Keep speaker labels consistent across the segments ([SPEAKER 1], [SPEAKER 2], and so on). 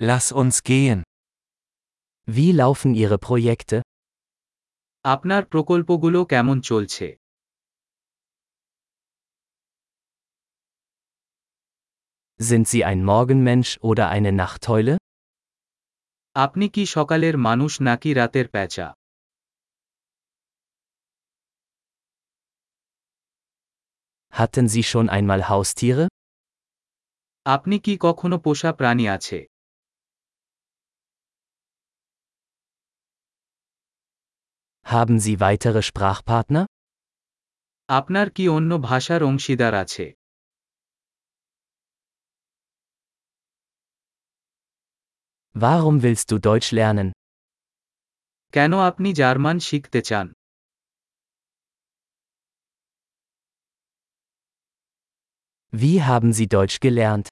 [SPEAKER 1] Lass uns gehen. Wie laufen Ihre Projekte?
[SPEAKER 2] আপনার প্রকল্পগুলো কেমন চলছে
[SPEAKER 1] Sind Sie ein Morgenmensch oder eine Nachteule?
[SPEAKER 2] আপনি কি সকালের মানুষ নাকি রাতের প্যাঁচা
[SPEAKER 1] Hatten Sie schon einmal Haustiere?
[SPEAKER 2] আপনি কি কখনো পোষা প্রাণী আছে
[SPEAKER 1] Haben Sie weitere Sprachpartner?
[SPEAKER 2] আপনার কি অন্য ভাষার অংশীদার আছে
[SPEAKER 1] Warum willst du Deutsch lernen?
[SPEAKER 2] কেন আপনি জার্মান শিখতে চান
[SPEAKER 1] Wie haben Sie Deutsch gelernt?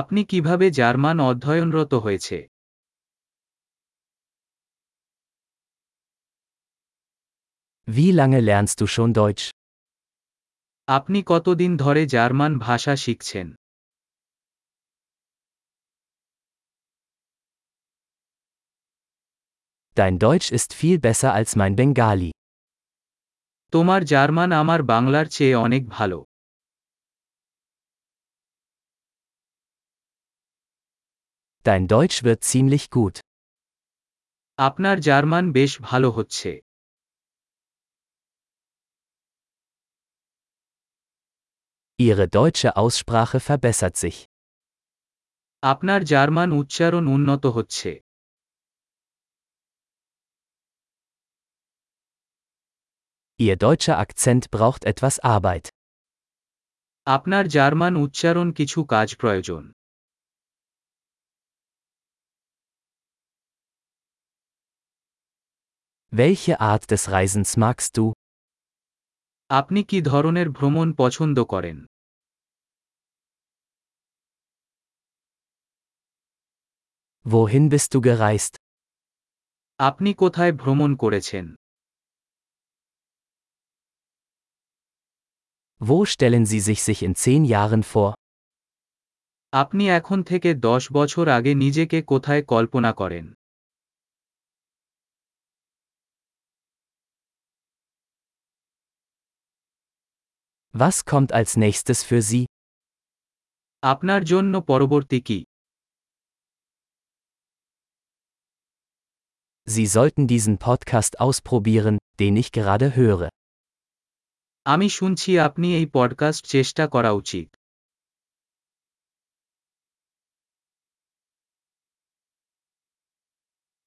[SPEAKER 2] আপনি কিভাবে জার্মান অধ্যয়নরত হয়েছে
[SPEAKER 1] Wie lange lernst du schon Deutsch?
[SPEAKER 2] আপনি কতদিন ধরে জার্মান ভাষা শিখছেন
[SPEAKER 1] Dein Deutsch ist viel besser als mein Bengali.
[SPEAKER 2] তোমার জার্মান আমার বাংলার চেয়ে অনেক ভালো
[SPEAKER 1] Dein Deutsch wird ziemlich gut.
[SPEAKER 2] আপনার জার্মান বেশ ভালো হচ্ছে
[SPEAKER 1] Ihre deutsche Aussprache verbessert sich.
[SPEAKER 2] আপনার জার্মান উচ্চারণ উন্নত হচ্ছে
[SPEAKER 1] Ihr deutscher Akzent braucht etwas Arbeit.
[SPEAKER 2] আপনার জার্মান উচ্চারণ কিছু কাজ প্রয়োজন
[SPEAKER 1] Welche Art des Reisens magst du?
[SPEAKER 2] আপনি কি ধরনের ভ্রমণ পছন্দ করেন
[SPEAKER 1] Wohin bist du gereist?
[SPEAKER 2] আপনি কোথায় ভ্রমণ করেছেন
[SPEAKER 1] Wo stellen Sie sich sich in zehn Jahren vor?
[SPEAKER 2] আপনি এখন থেকে দশ বছর আগে নিজেকে কোথায় কল্পনা করেন
[SPEAKER 1] Was kommt als nächstes für Sie?
[SPEAKER 2] আপনার জন্য পরবর্তী কি
[SPEAKER 1] Sie sollten diesen Podcast ausprobieren, den ich gerade höre.
[SPEAKER 2] আমি শুনছি আপনি এই পডকাস্ট চেষ্টা করা উচিত